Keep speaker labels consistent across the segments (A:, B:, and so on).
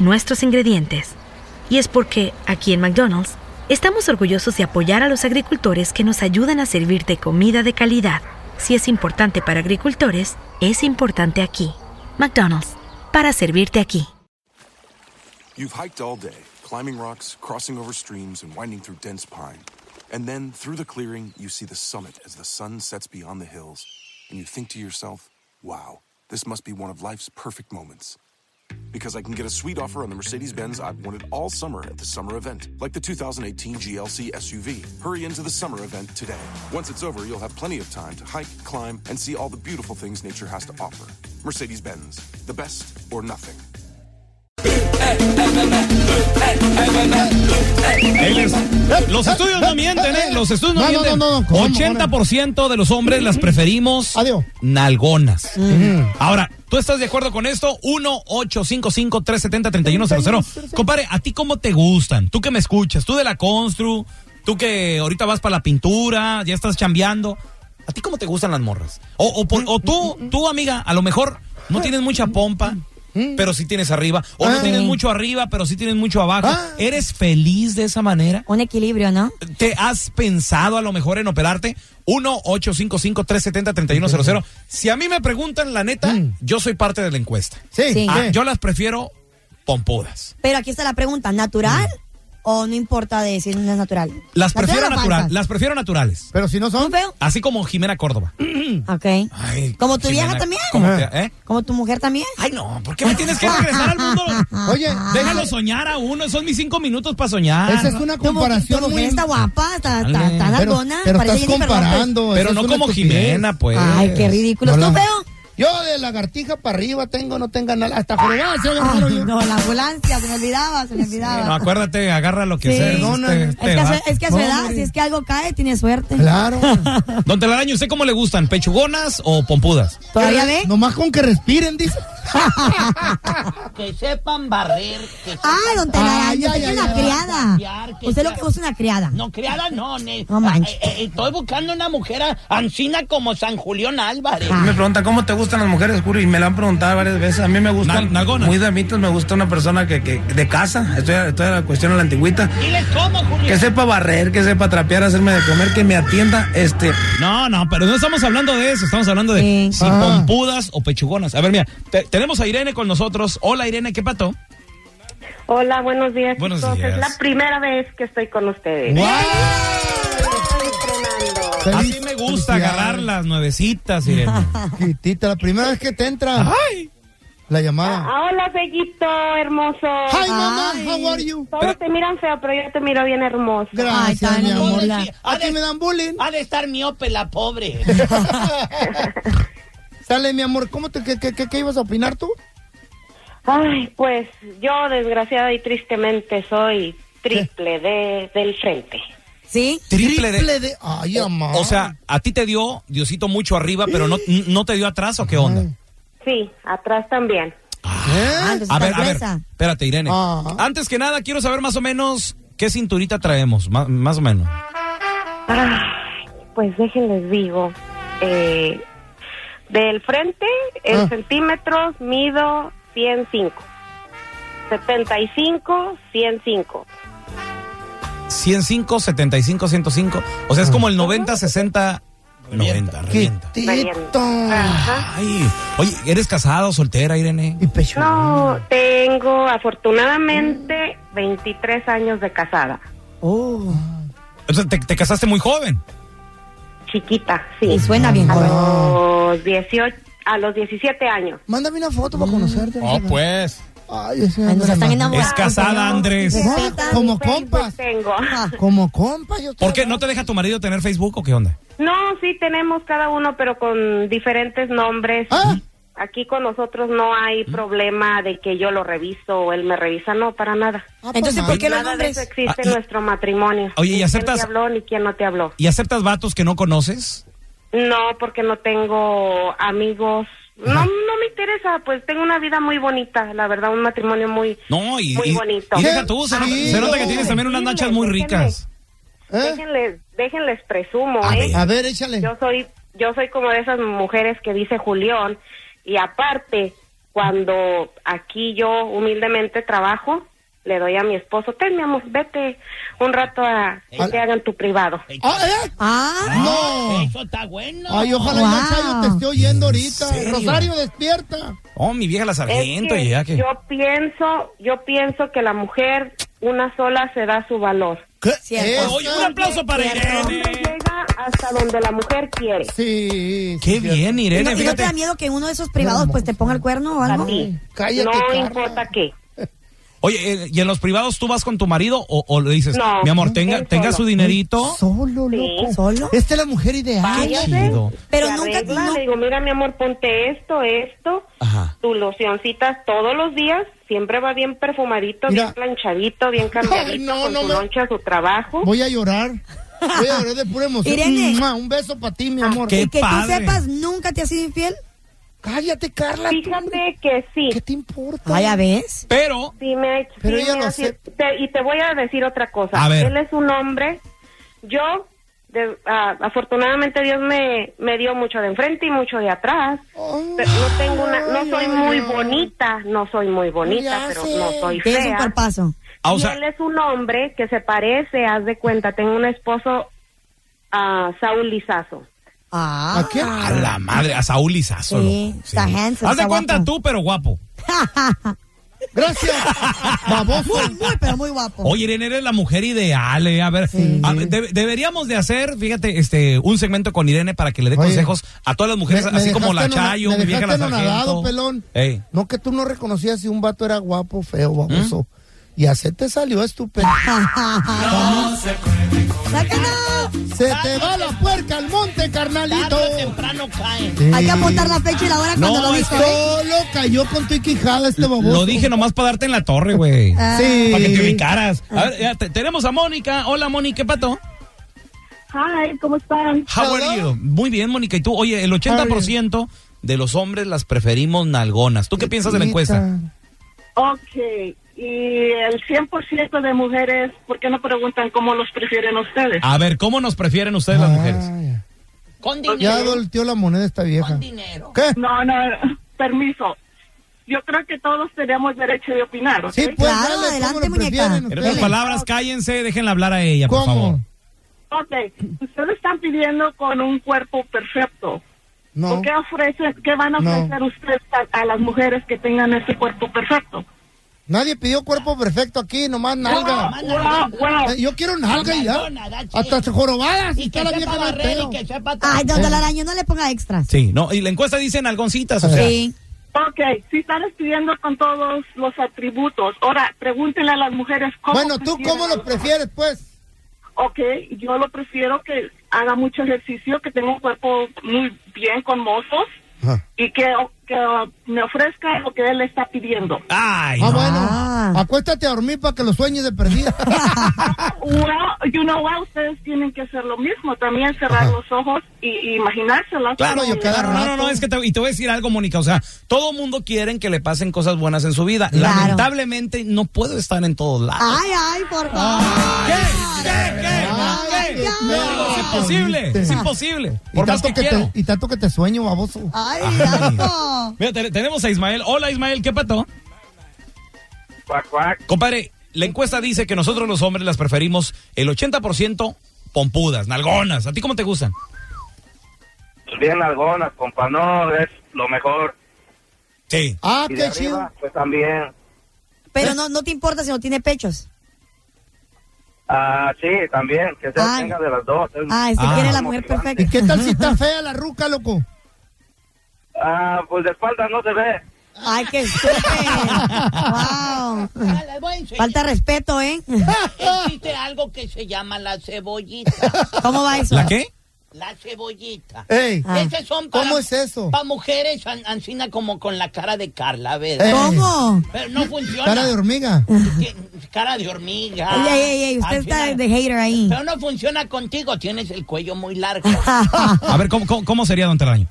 A: nuestros ingredientes. Y es porque, aquí en McDonald's, estamos orgullosos de apoyar a los agricultores que nos ayudan a servirte comida de calidad. Si es importante para agricultores, es importante aquí. McDonald's, para servirte aquí.
B: You've hiked all day, climbing rocks, crossing over streams, and winding through dense pine. And then, through the clearing, you see the summit as the sun sets beyond the hills, and you think to yourself, wow, this must be one of life's perfect moments. Because I can get a sweet offer on the Mercedes Benz I've wanted all summer at the summer event, like the 2018 GLC SUV. Hurry into the summer event today. Once it's over, you'll have plenty of time to hike, climb, and see all the beautiful things nature has to offer. Mercedes Benz, the best or nothing.
C: Él es- Los estudios no mienten, ¿eh? Los estudios no,
D: No, no,
C: mienten.
D: no, no, ¿cómo? Mm.
C: 80% de los hombres las preferimos
D: Adiós. Mm.
C: nalgonas. Ahora, ¿tú estás de acuerdo con esto? 1-855-370-3100. Compare, ¿a ti cómo te gustan? Tú que me escuchas, tú de la constru, tú que ahorita vas para la pintura, ya estás chambeando. ¿A ti cómo te gustan las morras? O, o por- o tú, tú, amiga, a lo mejor no tienes mucha pompa. Pero sí tienes arriba, o no
D: Mm. Ah.
C: tienes mucho arriba, pero sí tienes mucho abajo.
D: Ah.
C: ¿Eres feliz de esa manera?
E: Un equilibrio, ¿no?
C: ¿Te has pensado a lo mejor en operarte? 1-855-370-3100. Si a mí me preguntan, la neta,
D: Mm.
C: yo soy parte de la encuesta.
D: Sí,
E: Sí.
C: Ah,
D: sí.
C: yo las prefiero pompudas.
E: Pero aquí está la pregunta, ¿natural o no importa de si no es natural?
C: Las prefiero
E: ¿Natural o
C: natural,
E: falsas?
C: las prefiero naturales.
D: Pero si no son.
E: ¿Tú feo?
C: Así como Jimena Córdoba.
E: Ok.
C: Ay,
E: ¿Como tu
C: Jimena,
E: vieja también?
C: como te- ¿eh?
E: ¿Como tu mujer también?
C: Ay, no, ¿por qué me tienes que regresar al mundo?
D: Oye,
C: Déjalo soñar a uno, son mis cinco minutos para soñar.
D: esa es una
E: Tu, mu- tu
D: comparación
E: mujer
D: muy.
E: está guapa, está, está,
C: Ándale.
E: está
D: Pero,
E: nalgona,
D: pero
E: parece
D: estás
E: Jennifer López.
D: comparando.
C: Pero
D: esa
C: no
D: es una
C: como
D: estupidez.
C: Jimena, pues.
E: pues. Ay, qué ridículo.
D: No
E: ¿Tú
D: la-
E: feo?
D: Yo de lagartija para arriba tengo, no tenga nada. Hasta fregada se agarraron
E: Ay,
D: yo.
E: no, la ambulancia, se me olvidaba, se me olvidaba.
C: No, acuérdate, agarra lo que
E: Sí.
C: sea.
D: Perdona.
C: este-
D: Es
E: es, que a
C: este vato.
E: su, es que a su
D: No,
E: edad,
D: hombre.
E: si es que algo cae, tiene suerte.
D: Claro.
C: Don Telaraño, ¿usted cómo le gustan? ¿Pechugonas o pompudas?
E: ¿Todavía ve?
D: Nomás con que respiren, dice.
F: Que sepan barrer, que sepan
E: Ay, Ah, don
D: Ay,
E: Telaraño, usted
D: ay,
E: que
D: ay,
E: es una
D: ay.
E: criada.
F: Cambiar, que
E: Usted lo
F: sea-
E: que busca es una criada.
F: No, criada no, ne-
E: No manches.
F: Ah, eh, eh, estoy buscando una mujer a- ancina como San Julián Álvarez.
E: Ah.
G: Me preguntan cómo te gustan las mujeres, Curi, y me lo han preguntado varias veces. A mí me
C: Nal-
G: gustan
C: nalgonas.
G: muy damitos, me gusta una persona que, que- de casa, estoy, estoy a la cuestión de la antigüita,
F: Diles cómo,
G: que
F: Julián.
G: sepa barrer, que sepa trapear, hacerme de comer, que me atienda, este,
C: No, no, pero no estamos hablando de eso, estamos hablando de
E: Sí.
C: si
D: Ah.
C: pompudas o pechugonas. A ver, mira, te- tenemos a Irene con nosotros. Hola, Irene, ¿qué pato?
H: Hola, buenos días.
C: Buenos
H: chicos.
C: días.
H: Es Pues la primera vez que estoy con ustedes. Estoy estrenando.
D: Feliz-
C: Así me gusta
D: felicidades.
C: agarrar las nuevecitas, Irene.
D: Quitita, la primera vez que te entra
C: Ay.
D: la llamada.
H: Ah, hola, Fellito, hermoso.
D: Hi, mamá,
E: Ay.
D: how are you?
H: Todos te miran feo, pero yo te miro bien hermoso.
D: Gracias,
E: tan
D: mi amor.
E: linda.
D: A ti me dan bullying.
F: Ha de estar miope la pobre.
D: Sale, mi amor, ¿cómo te, qué, qué, qué- qué ibas a opinar tú?
H: Ay, pues yo desgraciada y tristemente soy triple D del frente.
E: ¿Sí?
C: Triple de...
D: de... Ay, amor.
C: O sea, a ti te dio Diosito mucho arriba, pero no, no te dio atrás o qué onda?
H: Sí, atrás también.
D: ¿Eh?
E: Ah, entonces
C: A ver,
E: está
C: a ver,
E: gruesa.
C: espérate, Irene.
D: Ajá.
C: Antes que nada, quiero saber más o menos qué cinturita traemos, ma- más o menos.
H: Ay, pues déjenles digo. eh, del frente, en
D: Ah.
H: centímetros, mido 105. 75, 105.
C: 105, 75, 105. O sea, es como el 90, 60, 90, revienta.
D: Quitito.
H: Ajá.
C: Ay, oye, ¿eres casada o soltera, Irene?
D: Y pecho.
H: No, tengo afortunadamente 23 años de casada.
D: Oh.
C: O sea, te, te casaste muy joven.
H: Chiquita,
E: Y
H: sí.
E: suena bien
H: A
E: joven.
H: los 18, a los 17 años.
D: Mándame una foto para conocerte.
C: Oh, pues.
D: Ay, ese
E: Ay,
D: Andrés
E: nos están
D: Manuel.
E: enamorando.
C: Es casada, Andrés.
D: No,
E: Respetan.
D: como
H: Facebook
D: compas.
H: Tengo.
D: Como compas. Yo estoy
C: ¿Por qué? ¿No te deja tu marido tener Facebook o qué onda?
H: No, sí tenemos cada uno, pero con diferentes nombres.
D: Ah.
H: Aquí con nosotros no hay
C: ¿Mm?
H: problema de que yo lo reviso o él me revisa, no, para nada.
D: Ah,
E: Entonces,
D: pues,
E: ¿por qué los
H: Nada de eso
E: nombres?
H: existe
C: Ah, y-
H: en nuestro matrimonio.
C: Oye, ¿y
H: Ni ¿Quién
C: aceptas-
H: te habló ni quién no te habló?
C: ¿Y aceptas vatos que no conoces?
H: No, porque no tengo amigos. No, no me interesa, pues tengo una vida muy bonita, la verdad, un matrimonio muy...
C: No, y,
H: Muy
C: y-
H: bonito.
C: y deja tú, se,
D: Ah,
C: nota-
D: sí.
C: se nota que tienes también unas
H: Déjenme,
C: nachas muy
H: déjenme.
C: ricas.
D: ¿Eh?
H: Déjenles, déjenles presumo,
C: A
H: ¿eh?
C: ver.
D: A ver, échale.
H: Yo soy, yo soy como de esas mujeres que dice Julián y aparte cuando aquí yo humildemente trabajo le doy a mi esposo, ten mi amor, vete un rato a que te hagan tu privado.
D: Ah, ¿eh?
E: Ah,
D: No.
F: Eso está bueno.
D: Ay, ojalá
E: Wow.
D: no Chayo te esté oyendo ahorita.
C: serio?
D: Rosario, despierta.
C: Oh, mi vieja la sargento,
H: Es que
C: y ya que.
H: Yo pienso, yo pienso que la mujer una sola se da su valor.
D: ¿Qué?
E: Cierto.
C: Oye, un aplauso para
H: Hombre
C: Irene.
H: llega hasta donde la mujer quiere.
D: Sí. sí,
C: Qué
D: cierto.
C: bien,
E: ¿Y no,
D: este,
C: Irene,
E: y no te da
C: fíjate.
E: miedo que uno de esos privados pues te ponga el cuerno o
H: A
E: algo?
H: ti.
D: Cállate,
H: no
D: Carla.
H: importa qué.
C: Oye, eh, ¿y en los privados tú vas con tu marido o, o le dices,
H: No,
C: mi amor,
H: él
C: tenga,
H: solo.
C: tenga su dinerito?
D: Solo, Oh, loco.
E: ¿Solo?
D: Esta es la mujer ideal.
C: Qué
H: Váyase,
C: chido.
E: Pero
H: se
E: nunca-
H: arregla,
E: no-
H: le digo, mira mi amor, ponte esto, esto,
C: Ajá.
H: tu locioncitas todos los días, siempre va bien perfumadito,
D: Mira.
H: bien planchadito, bien cambiadito,
D: Ay, no,
H: con
D: no
H: tu
D: me-
H: lonche a su trabajo.
D: Voy a llorar. Voy a llorar de pura emoción.
E: Irene.
D: Mua, Un beso para ti, mi amor.
C: Qué
E: Y que tú
C: padre.
E: sepas, ¿nunca te has sido infiel?
D: Cállate, Carla. tú, hombre.
H: Fíjate que sí,
D: ¿Qué te importa?
E: Ah, ya ves.
C: Pero,
H: sí me ha hecho-
D: Pero
H: sí
D: ella
H: me
D: lo
H: ha sido-
D: acepta.
H: te- y te voy a decir otra cosa.
C: A ver.
H: Él es un hombre, yo de- ah, afortunadamente Dios me, me dio mucho de enfrente y mucho de atrás.
D: Ay,
H: Pero no tengo una, no
D: Oh. ay,
H: soy
D: ay,
H: muy
D: ay.
H: bonita, no soy muy bonita,
D: Ya
H: pero
D: sé.
H: no soy
E: Tienes un
H: fea.
E: cuerpazo.
C: ah, o
H: y
C: sea,
H: él es un hombre que se parece, haz de cuenta, tengo un esposo a Saúl Lizazo.
E: Ah.
D: ¿A qué?
C: a la madre, a Saúl Lizazo.
E: Sí,
C: loco.
E: está handsome,
C: Haz de
E: está
C: cuenta
E: guapo.
C: tú, pero guapo.
D: Gracias. Baboso.
E: Muy, muy, pero muy guapo.
C: Oye, Irene, eres la mujer ideal, eh. A ver, a ver, de- deberíamos de hacer, fíjate, este, un segmento con Irene para que le dé
D: Oye,
C: consejos a todas las mujeres,
D: Me- me
C: así como la
D: dejaste anona-
C: Chayo,
D: me
C: mi vieja la
D: dejaste
C: sargento.
D: anonadado, pelón.
C: Ey.
D: No que tú no reconocías si un vato era guapo, feo, baboso. Y así te salió estupendo.
E: ¡Sácalo!
D: Se te va la puerca al monte, carnalito.
F: Tarde o temprano cae.
D: Sí.
E: Hay que apuntar la fecha y la hora cuando
C: No,
E: lo
C: es
E: viste. ¿eh?
D: Solo cayó con tu quijada este baboso.
C: Lo dije nomás para darte en la torre, güey.
E: Ah.
D: Sí.
C: Para que te ubicaras. A ver, ya te- tenemos a Mónica. Hola, Mónica, ¿qué pato?
H: Hi, ¿cómo están?
C: How are you? Muy bien, Mónica. ¿Y tú? Oye, el 80% de los hombres las preferimos nalgonas. ¿Tú qué piensas de la encuesta?
I: Ok, y el 100% de mujeres, ¿por qué no preguntan cómo los prefieren ustedes?
C: A ver, ¿cómo nos prefieren ustedes las mujeres?
D: Ah,
F: Con
D: ya. ya
F: dinero.
D: volteó la moneda esta vieja.
F: Con dinero.
D: ¿Qué?
I: No, no, permiso. Yo creo que todos tenemos derecho de opinar, ¿ok?
D: Sí, pues
E: Claro,
D: dale, ¿cómo
E: adelante,
D: lo
E: muñeca.
D: prefieren
C: En
D: ustedes?
C: otras palabras, cállense, déjenla hablar a ella, por favor.
D: ¿Cómo?
I: Ok, ustedes están pidiendo con un cuerpo perfecto.
D: No.
I: ¿O qué, ofrecen, qué van a
D: No.
I: ofrecer ustedes a, a las mujeres que tengan ese cuerpo perfecto?
D: Nadie pidió cuerpo perfecto aquí, nomás nalga.
I: Wow, wow.
D: Eh, Yo quiero nalga y ya.
F: Ah. Nalgona, da
D: Hasta
F: chiste.
D: jorobadas.
F: Y que
D: está la
F: sepa
D: vieja del ¿Eh?
F: barrer
D: pelo.
F: y que sepa
E: Ay, don Telaraño, no le ponga extras.
C: Sí, no, y la encuesta dice nalgoncitas, o sea.
E: Sí.
I: Ok, si están pidiendo con todos los atributos, ahora pregúntenle a las mujeres cómo
D: Bueno, ¿tú
I: prefieren
D: cómo lo
I: los-
D: prefieres, pues?
I: Ok, yo lo prefiero que haga mucho ejercicio, que tenga un cuerpo muy bien con mozos y que, que me ofrezca lo que él le está pidiendo.
C: Ay,
D: ah, bueno. Acuéstate a dormir para que lo sueñes de perdida.
I: Well, you know what, ustedes tienen que hacer lo mismo, también cerrar los ojos y, y imaginárselo.
C: No, no, no, es que te, y te voy a decir algo, Mónica. O sea, todo mundo quiere que le pasen cosas buenas en su vida. Lamentablemente no puedo estar en todos lados.
E: Ay, ay, por favor.
C: ¿Qué? ¿Qué? ¿Qué? ¿Qué? es imposible, es imposible.
D: Ah, Y
C: Por más
D: tanto
C: que,
D: que,
C: quiero.
D: te, y tanto que te sueño, baboso.
E: Ay,
C: Mira, te- tenemos a Ismael. Hola, Ismael, ¿qué pato? Compadre, la encuesta dice que nosotros los hombres las preferimos el 80% pompudas, nalgonas. ¿A ti cómo te gustan?
J: Pues Bien algunas, compa, no, es lo mejor.
C: Sí.
D: Ah,
J: y de
E: qué chido.
J: arriba, Pues también.
E: Pero no, no te importa si no tiene pechos.
J: Ah, sí, también, que sea
E: Ay.
J: tenga de las dos. es-
E: Ah, este
J: Ah.
E: quiere la mujer perfecta.
D: ¿Y qué tal si está fea la ruca, loco?
J: Ah, pues de espalda no se ve.
E: Ay, qué estúpido. wow.
F: Les voy a enseñar.
E: Falta respeto, ¿eh?
F: Existe algo que se llama la cebollita.
E: ¿Cómo va eso?
C: ¿La qué?
F: La cebollita.
D: Ey.
E: Ah.
F: Esas son para,
D: ¿Cómo es eso?
F: Para mujeres, an- ansina como con la cara de Carla, ¿verdad?
D: Ey. ¿Cómo?
F: Pero no funciona.
D: Cara de hormiga.
F: Cara de hormiga.
E: Ey, ey, ey, usted está de hater ahí.
F: Pero no funciona contigo, tienes el cuello muy largo.
C: A ver, ¿cómo, cómo, cómo sería Don Telaraño?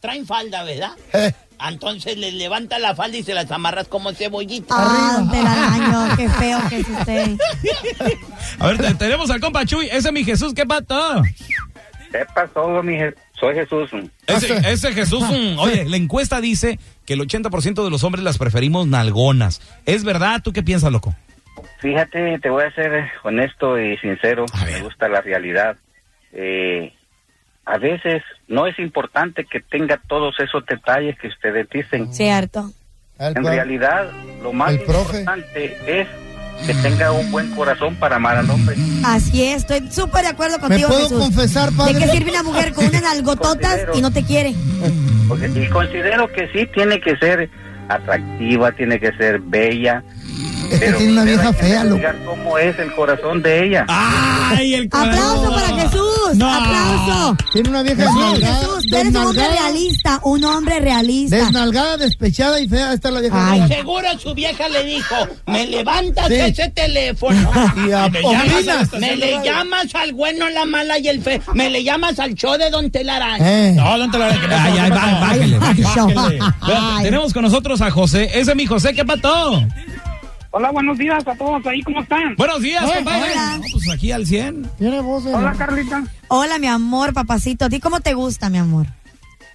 F: Traen falda, ¿verdad?
D: Eh,
F: Entonces les levanta la falda y se las amarras como cebollita.
E: Ah, don Telaraño, qué feo que es usted.
C: A ver, te- tenemos al compa Chuy. Ese es mi Jesús, ¿qué pato?
J: ¿Qué pasó, mi Je- Soy Jesús.
E: Ah,
J: Ah,
C: Ese, ese Jesús, mm, oye, la encuesta dice que el 80% de los hombres las preferimos nalgonas. ¿Es verdad? ¿Tú qué piensas, loco?
J: Fíjate, te voy a ser eh, honesto y sincero. Me gusta la realidad. Eh, a veces no es importante que tenga todos esos detalles que ustedes dicen.
E: Cierto.
D: el
J: En
D: pro-
J: realidad, lo más
D: El profe.
J: importante es que tenga un buen corazón para amar al hombre.
E: Así es, estoy súper de acuerdo
D: ¿Me
E: contigo,
D: puedo
E: Jesús.
D: confesar, padre?
E: ¿De qué sirve una mujer con unas algototas y no te quiere?
J: Porque- y considero que sí tiene que ser atractiva, tiene que ser bella.
D: Es que tiene una
J: primero
D: vieja
J: hay que
D: fea, loco.
J: investigar cómo es el corazón de ella.
C: Ah. ¡Ay, el
E: ¡Aplauso para Jesús!
C: No.
E: ¡Aplauso!
D: Tiene una vieja
E: No,
D: desnalgada.
E: Jesús, tú eres un hombre
D: desnalgada,
E: realista, un hombre realista.
D: desnalgada, despechada y fea. Esta es la vieja.
E: Ay.
F: Seguro su vieja le dijo, me levantas
D: Sí.
F: ese teléfono.
D: Y a-
F: me, llamas,
D: opinas.
F: me le llamas al bueno, la mala y el feo. Me le llamas al show de Don Telaraño.
D: Eh,
C: No, Don Telaraño. Ay, ay, bá- bájale,
E: Ay,
C: bájale.
E: ay,
C: Vea,
E: ay.
C: Tenemos con nosotros a José. Ese es mi José, ¿qué pato?
I: Hola, buenos días a todos ahí, ¿cómo están?
C: Buenos días,
D: Hola.
C: compadre. No, pues aquí al 100.
D: tiene voz de-
I: Carlita.
E: Hola, mi amor, papacito. ¿A ti cómo te gusta, mi amor?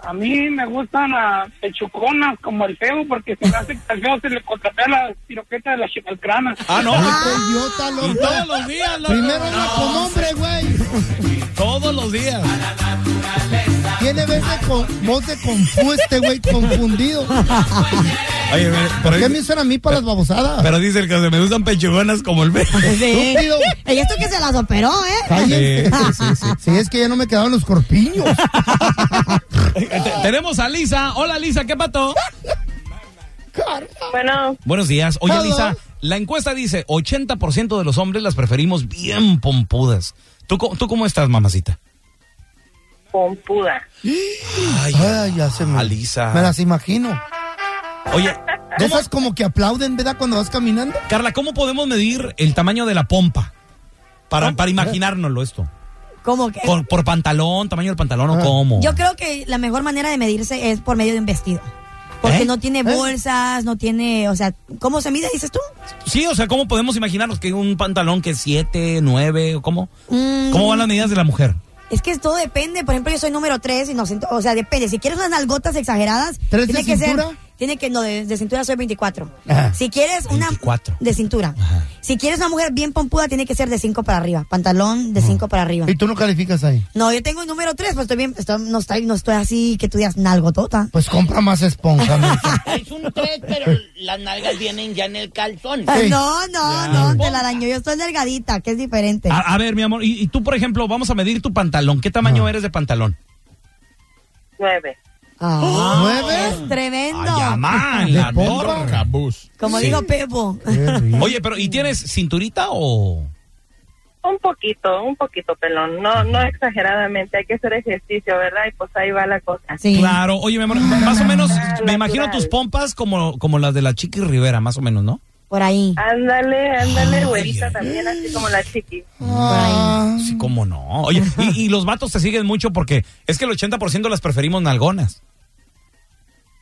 I: A mí me gustan las pechuconas como el feo, porque se me hace que al feo se le contrapea la piroqueta de la chipalcrana.
C: Ah, no.
D: Qué idiota,
C: Y
D: loco.
C: todos los días, loco.
D: Primero habla
C: No,
D: con hombre, güey.
C: Todos los días.
D: Tiene vez de con- voz de confu este güey, confundido.
C: Oye,
D: ¿Por qué me usan a mí para las babosadas?
C: dice el que me gustan pechugonas como el ve.
D: Estúpido.
E: Y esto que se las operó, ¿eh?
D: Cállense.
C: Sí, sí, sí.
D: Si es que ya no me quedaban los corpiños.
C: Tenemos a Lisa. Hola, Lisa, ¿qué pato?
I: Bueno,
C: Buenos días. Oye,
D: Hello.
C: Lisa, la encuesta dice 80% de los hombres las preferimos bien pompudas. ¿Tú, co- tú cómo estás, mamacita?
I: pompuda.
C: Ay,
D: Ay, ya se me.
C: Ah, Lisa.
D: Me las imagino.
C: Oye,
D: De esas como que aplauden, ¿verdad? Cuando vas caminando.
C: Carla, ¿cómo podemos medir el tamaño de la pompa? Para, para imaginárnoslo esto.
E: ¿Cómo que?
C: Por, por pantalón, tamaño del pantalón o
D: Ah.
C: cómo.
E: Yo creo que la mejor manera de medirse es por medio de un vestido. Porque
C: ¿Eh?
E: no tiene bolsas, no tiene, o sea, ¿cómo se mide, dices tú?
C: Sí, o sea, ¿cómo podemos imaginarnos que un pantalón que es 7, 9 o cómo?
E: Mm,
C: ¿Cómo van las medidas de la mujer?
E: Es que todo depende, por ejemplo, yo soy número 3 y no siento, o sea, depende. Si quieres unas nalgotas exageradas,
D: ¿Tres de
E: tiene que ser
D: cintura?
E: tiene que no de, de cintura soy 24.
D: Ajá.
E: Si quieres una
C: 24.
E: de cintura.
C: Ajá.
E: Si quieres una mujer bien pompuda tiene que ser de 5 para arriba, pantalón de 5 para arriba.
D: Y tú no calificas ahí.
E: No, yo tengo el número 3, pues estoy bien, estoy- no estoy no estoy así que tú digas nalgotota.
D: Pues compra más esponja. mijo.
F: Es un tres, pero las nalgas vienen ya en el calzón.
E: Ah,
D: Sí.
E: No, no, no, te la daño. Yo estoy delgadita, que es diferente.
C: A, a ver, mi amor, y, y tú, por ejemplo, vamos a medir tu pantalón. ¿Qué
D: Ah.
C: tamaño eres de pantalón?
I: Nueve.
E: Ah,
D: ¿Nueve?
E: Es tremendo.
C: Ay, amá,
D: ¿De
C: la
D: pompa?
C: torra, bus.
E: Como dijo Pepo.
D: Qué rico.
C: Oye, pero ¿y tienes cinturita o...?
K: Un poquito, un poquito pelón, no no exageradamente, hay que hacer ejercicio, ¿verdad? Y pues ahí va la cosa.
C: Claro, oye, mi amor, más o menos,
K: Natural.
C: me imagino tus pompas como, como las de la Chiqui Rivera, más o menos, ¿no?
E: Por ahí.
K: Ándale, ándale, güerita también, así como la chiqui.
E: Ah.
C: Sí, cómo no. Oye, y, y los vatos te siguen mucho porque es que el 80% las preferimos nalgonas.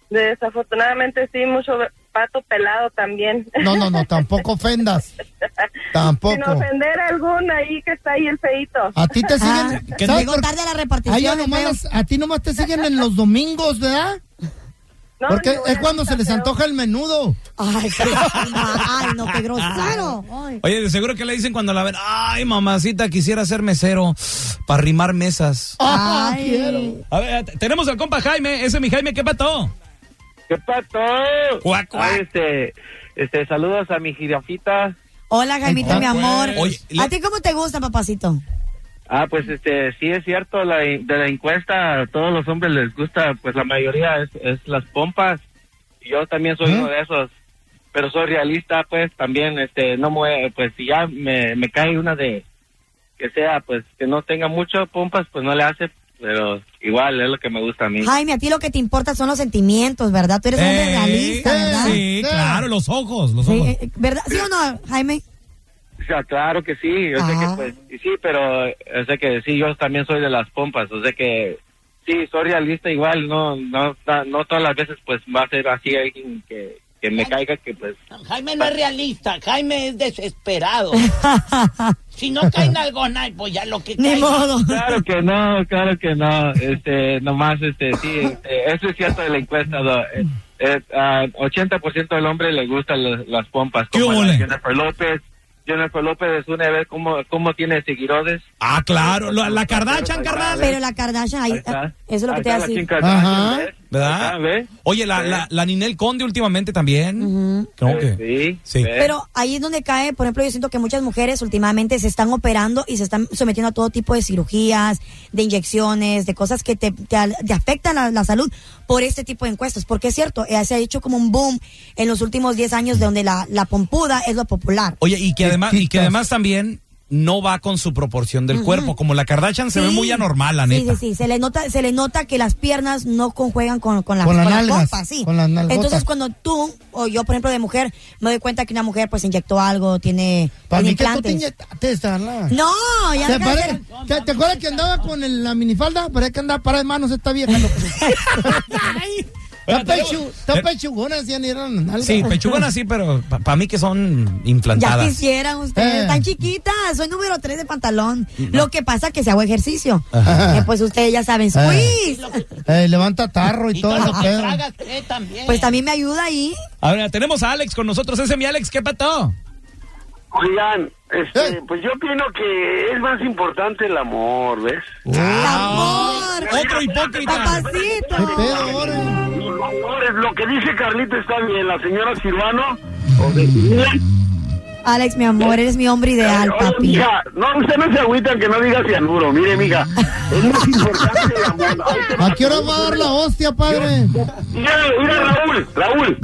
K: Desafortunadamente sí, mucho pato pelado también.
D: No, no, no, tampoco ofendas.
K: Sin
D: Tampoco.
K: ofender a algún ahí que está ahí el feito.
D: A ti te siguen.
E: que
D: ¿sabes
E: Ah. llegó
D: por-
E: tarde a la repartición,
D: Ay, ya
E: de
D: nomás
E: feos.
D: las- a ti nomás te siguen en los domingos, ¿verdad?
K: No,
D: Porque
K: ni
D: es
K: una
D: cuando se les antoja el menudo.
E: Ay, no, qué grosero.
C: Oye, de seguro que le dicen cuando la ven, ay, mamacita, quisiera ser mesero para arrimar mesas.
D: Ah, quiero.
C: A ver, t- tenemos al compa Jaime, ese es mi Jaime, ¿qué pato?
L: ¿Qué pato?
C: Cuac, cuac.
L: Ay, Este, este, saludos a mi jirafita.
E: Hola, Jaimito,
L: Ah,
E: mi amor.
L: pues. Oye,
E: ¿A ti cómo te gusta, papacito?
L: Ah, pues este, sí es cierto, la, de la encuesta a todos los hombres les gusta, pues la mayoría es, es las pompas. Y Yo también soy uno de esos, pero soy realista, pues también, este, no mue, pues si ya me, me cae una de que sea, pues que no tenga mucho pompas, pues no le hace, pero igual es lo que me gusta a mí.
E: Jaime, a ti lo que te importa son los sentimientos, ¿verdad? Tú eres un hombre
C: Eh,
E: realista, ¿verdad?
C: Sí, claro, los ojos, los ojos.
E: Eh, eh, ¿Verdad? ¿Sí o no, Jaime?
L: O sea, claro que sí, yo sé que pues, y sí, pero yo sé que sí, yo también soy de las pompas, o sea que sí, soy realista igual, no no ta- no todas las veces pues va a ser así alguien que, que me caiga que pues
F: Jaime no es realista, Jaime es desesperado. si no caen algonal, pues ya lo que cae.
L: Claro que no, claro que no, este, nomás este, sí, este, eso es cierto de la encuesta, do- eh, eh, ah, 80% del hombre le gustan las- las pompas, como la Jennifer López, Jennifer López es una de ver cómo, cómo tiene seguidores.
C: Ah, claro, la, la Kardashian, carnal.
E: Pero la Kardashian, ahí, eso es lo que
L: Ahí
E: te va a
L: está la
E: decir.
L: Kim Kardashian, ¿ves?
C: ¿Verdad? Oye, la, la, la Ninel Conde últimamente también. Creo que.
L: Eh, Sí.
E: Pero ahí es donde cae, por ejemplo, yo siento que muchas mujeres últimamente se están operando y se están sometiendo a todo tipo de cirugías, de inyecciones, de cosas que te, te al- te afectan la, la salud por este tipo de encuestas. Porque es cierto, eh, se ha hecho como un boom en los últimos 10 años de donde la, la pompuda es lo popular.
C: Oye, y que además, y que además también no va con su proporción del cuerpo. Como la Kardashian se ve
E: Sí.
C: muy anormal, la
E: Sí,
C: neta.
E: sí, sí, se le nota, se le nota que las piernas no conjuegan con, con, la,
C: Con las
E: con la
C: nalgas,
E: pompa, sí.
C: con las nalgotas.
E: Entonces cuando tú o yo, por ejemplo, de mujer, me doy cuenta que una mujer pues inyectó algo, tiene,
D: Para
E: tiene
D: mí que tú te
E: implantes.
D: inyectaste, Carla.
E: No, ya
D: ¿Te,
E: no
D: pare-
E: quiero
D: ¿Te, te acuerdas que andaba con el- la minifalda? Pero es que andaba para de manos esta vieja. loco.
C: Oiga,
D: Está
C: tenemos-
D: pechu- está pechugona, así han ido a las nalgas.
C: Sí, pechugona sí, pero para mí que son
E: Ya
C: implantadas.
E: quisieran ustedes,
C: Eh.
E: tan chiquitas, soy número 3 de pantalón. Lo que pasa que se hago ejercicio.
D: Ajá.
E: Eh, pues ustedes ya saben,
D: Eh.
E: squeeze.
D: Eh, levanta tarro y, todo
E: todo
D: eso.
E: lo que
D: pedo.
E: tragas. pues también me ayuda ahí.
C: A ver, tenemos a Alex con nosotros. Ese es mi Alex, ¿qué pato?
M: Oigan, este, pues yo opino que es más importante el amor, ¿ves?
C: Ah, Otro hipócrita.
E: Papacito.
M: Amor, Lo que dice Carlita está bien, la señora Silvano. o de Silvina.
E: Alex, mi amor, eres mi hombre ideal,
M: Oye,
E: papi.
M: mija, no, usted no se agüita que no diga cianuro, mire, mija. Es más importante el amor. Ay, te-
D: ¿A qué hora va a dar la hostia, padre?
M: Mira, mira, Raúl, Raúl.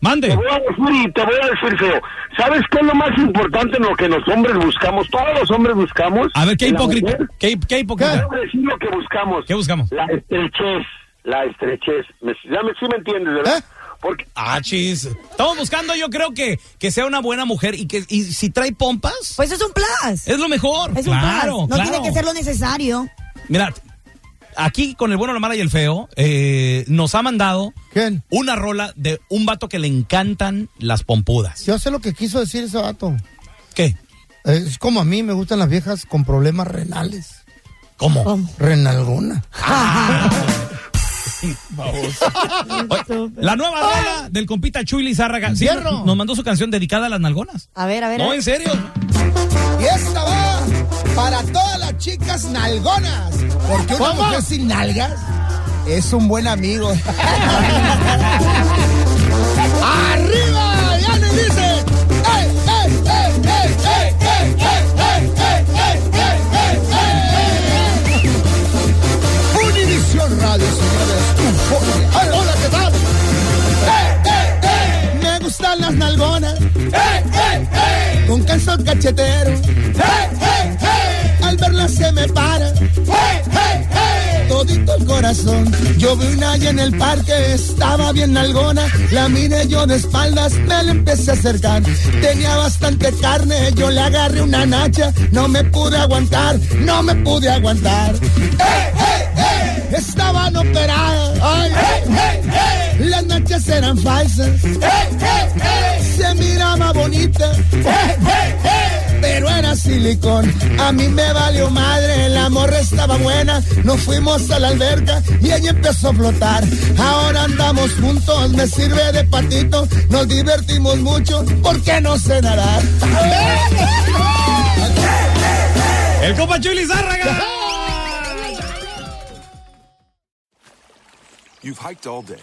C: mande.
M: Te voy a decir, y te voy a decir feo. ¿Sabes qué es lo más importante en lo que los hombres buscamos? Todos los hombres buscamos.
C: A ver, qué
M: en la
C: hipócrita.
M: mujer.
C: ¿Qué, qué hipócrita?
M: Voy a decir lo que buscamos.
C: Ah. ¿Qué buscamos?
M: La estrechez. La estrechez. Me- ya me, sí me entiendes, ¿verdad? Porque
C: Ah, chis. Estamos buscando, yo creo que, que sea una buena mujer y que y si trae pompas.
E: Pues es un plus.
C: Es lo mejor.
E: Es un
C: claro,
E: plus. No
C: claro.
E: tiene que ser lo necesario.
C: Mira, aquí con el bueno, la mala y el feo, eh, nos ha mandado una rola de un vato que le encantan las pompudas.
D: Yo sé lo que quiso decir ese vato.
C: ¿Qué?
D: Es como a mí, me gustan las viejas con problemas renales.
C: ¿Cómo? Ah.
D: Renalgona.
C: Oye, la nueva rola del compita Chuy Lizárraga. Sí,
D: Fierro.
C: nos mandó su canción dedicada a las nalgonas.
E: A ver, a ver.
C: No, en serio.
N: Y esta va para todas las chicas nalgonas. Porque una mujer sin nalgas es un buen amigo.
D: ¡Arriba! ¡Ya le dice! ¡Ey, ey, ey, ey, ey, ey, ey, ey, ey, ey, ey, ey, ey!
N: Univisión Radio, señores. Euforia.
D: ¡Ay, hola, qué tal!
N: Me gustan las nalgonas. Con can- besos cacheteros. ¡Hey, hey, hey! Al verla se me para. ¡Hey, hey, hey! Todito el corazón. Yo vi una y en el parque estaba bien nalgona. La miré yo de espaldas, me la empecé a acercar. Tenía bastante carne, yo le agarré una nacha. No me pude aguantar, no me pude aguantar. ¡Hey, hey, hey! Estaban operadas. ¡Ay! ¡Hey, hey, hey! Las nachas eran falsas. ¡Hey, hey, hey! Se miraba bonita. ¡Hey, hey, hey! Pero era silicón. A mí me valió madre. La morra estaba buena. Nos fuimos a la alberca y ella empezó a flotar. Ahora andamos juntos. Me sirve de patito. Nos divertimos mucho porque no sé nadar.
C: El compa Chuy Lizárraga.
B: You've hiked all day,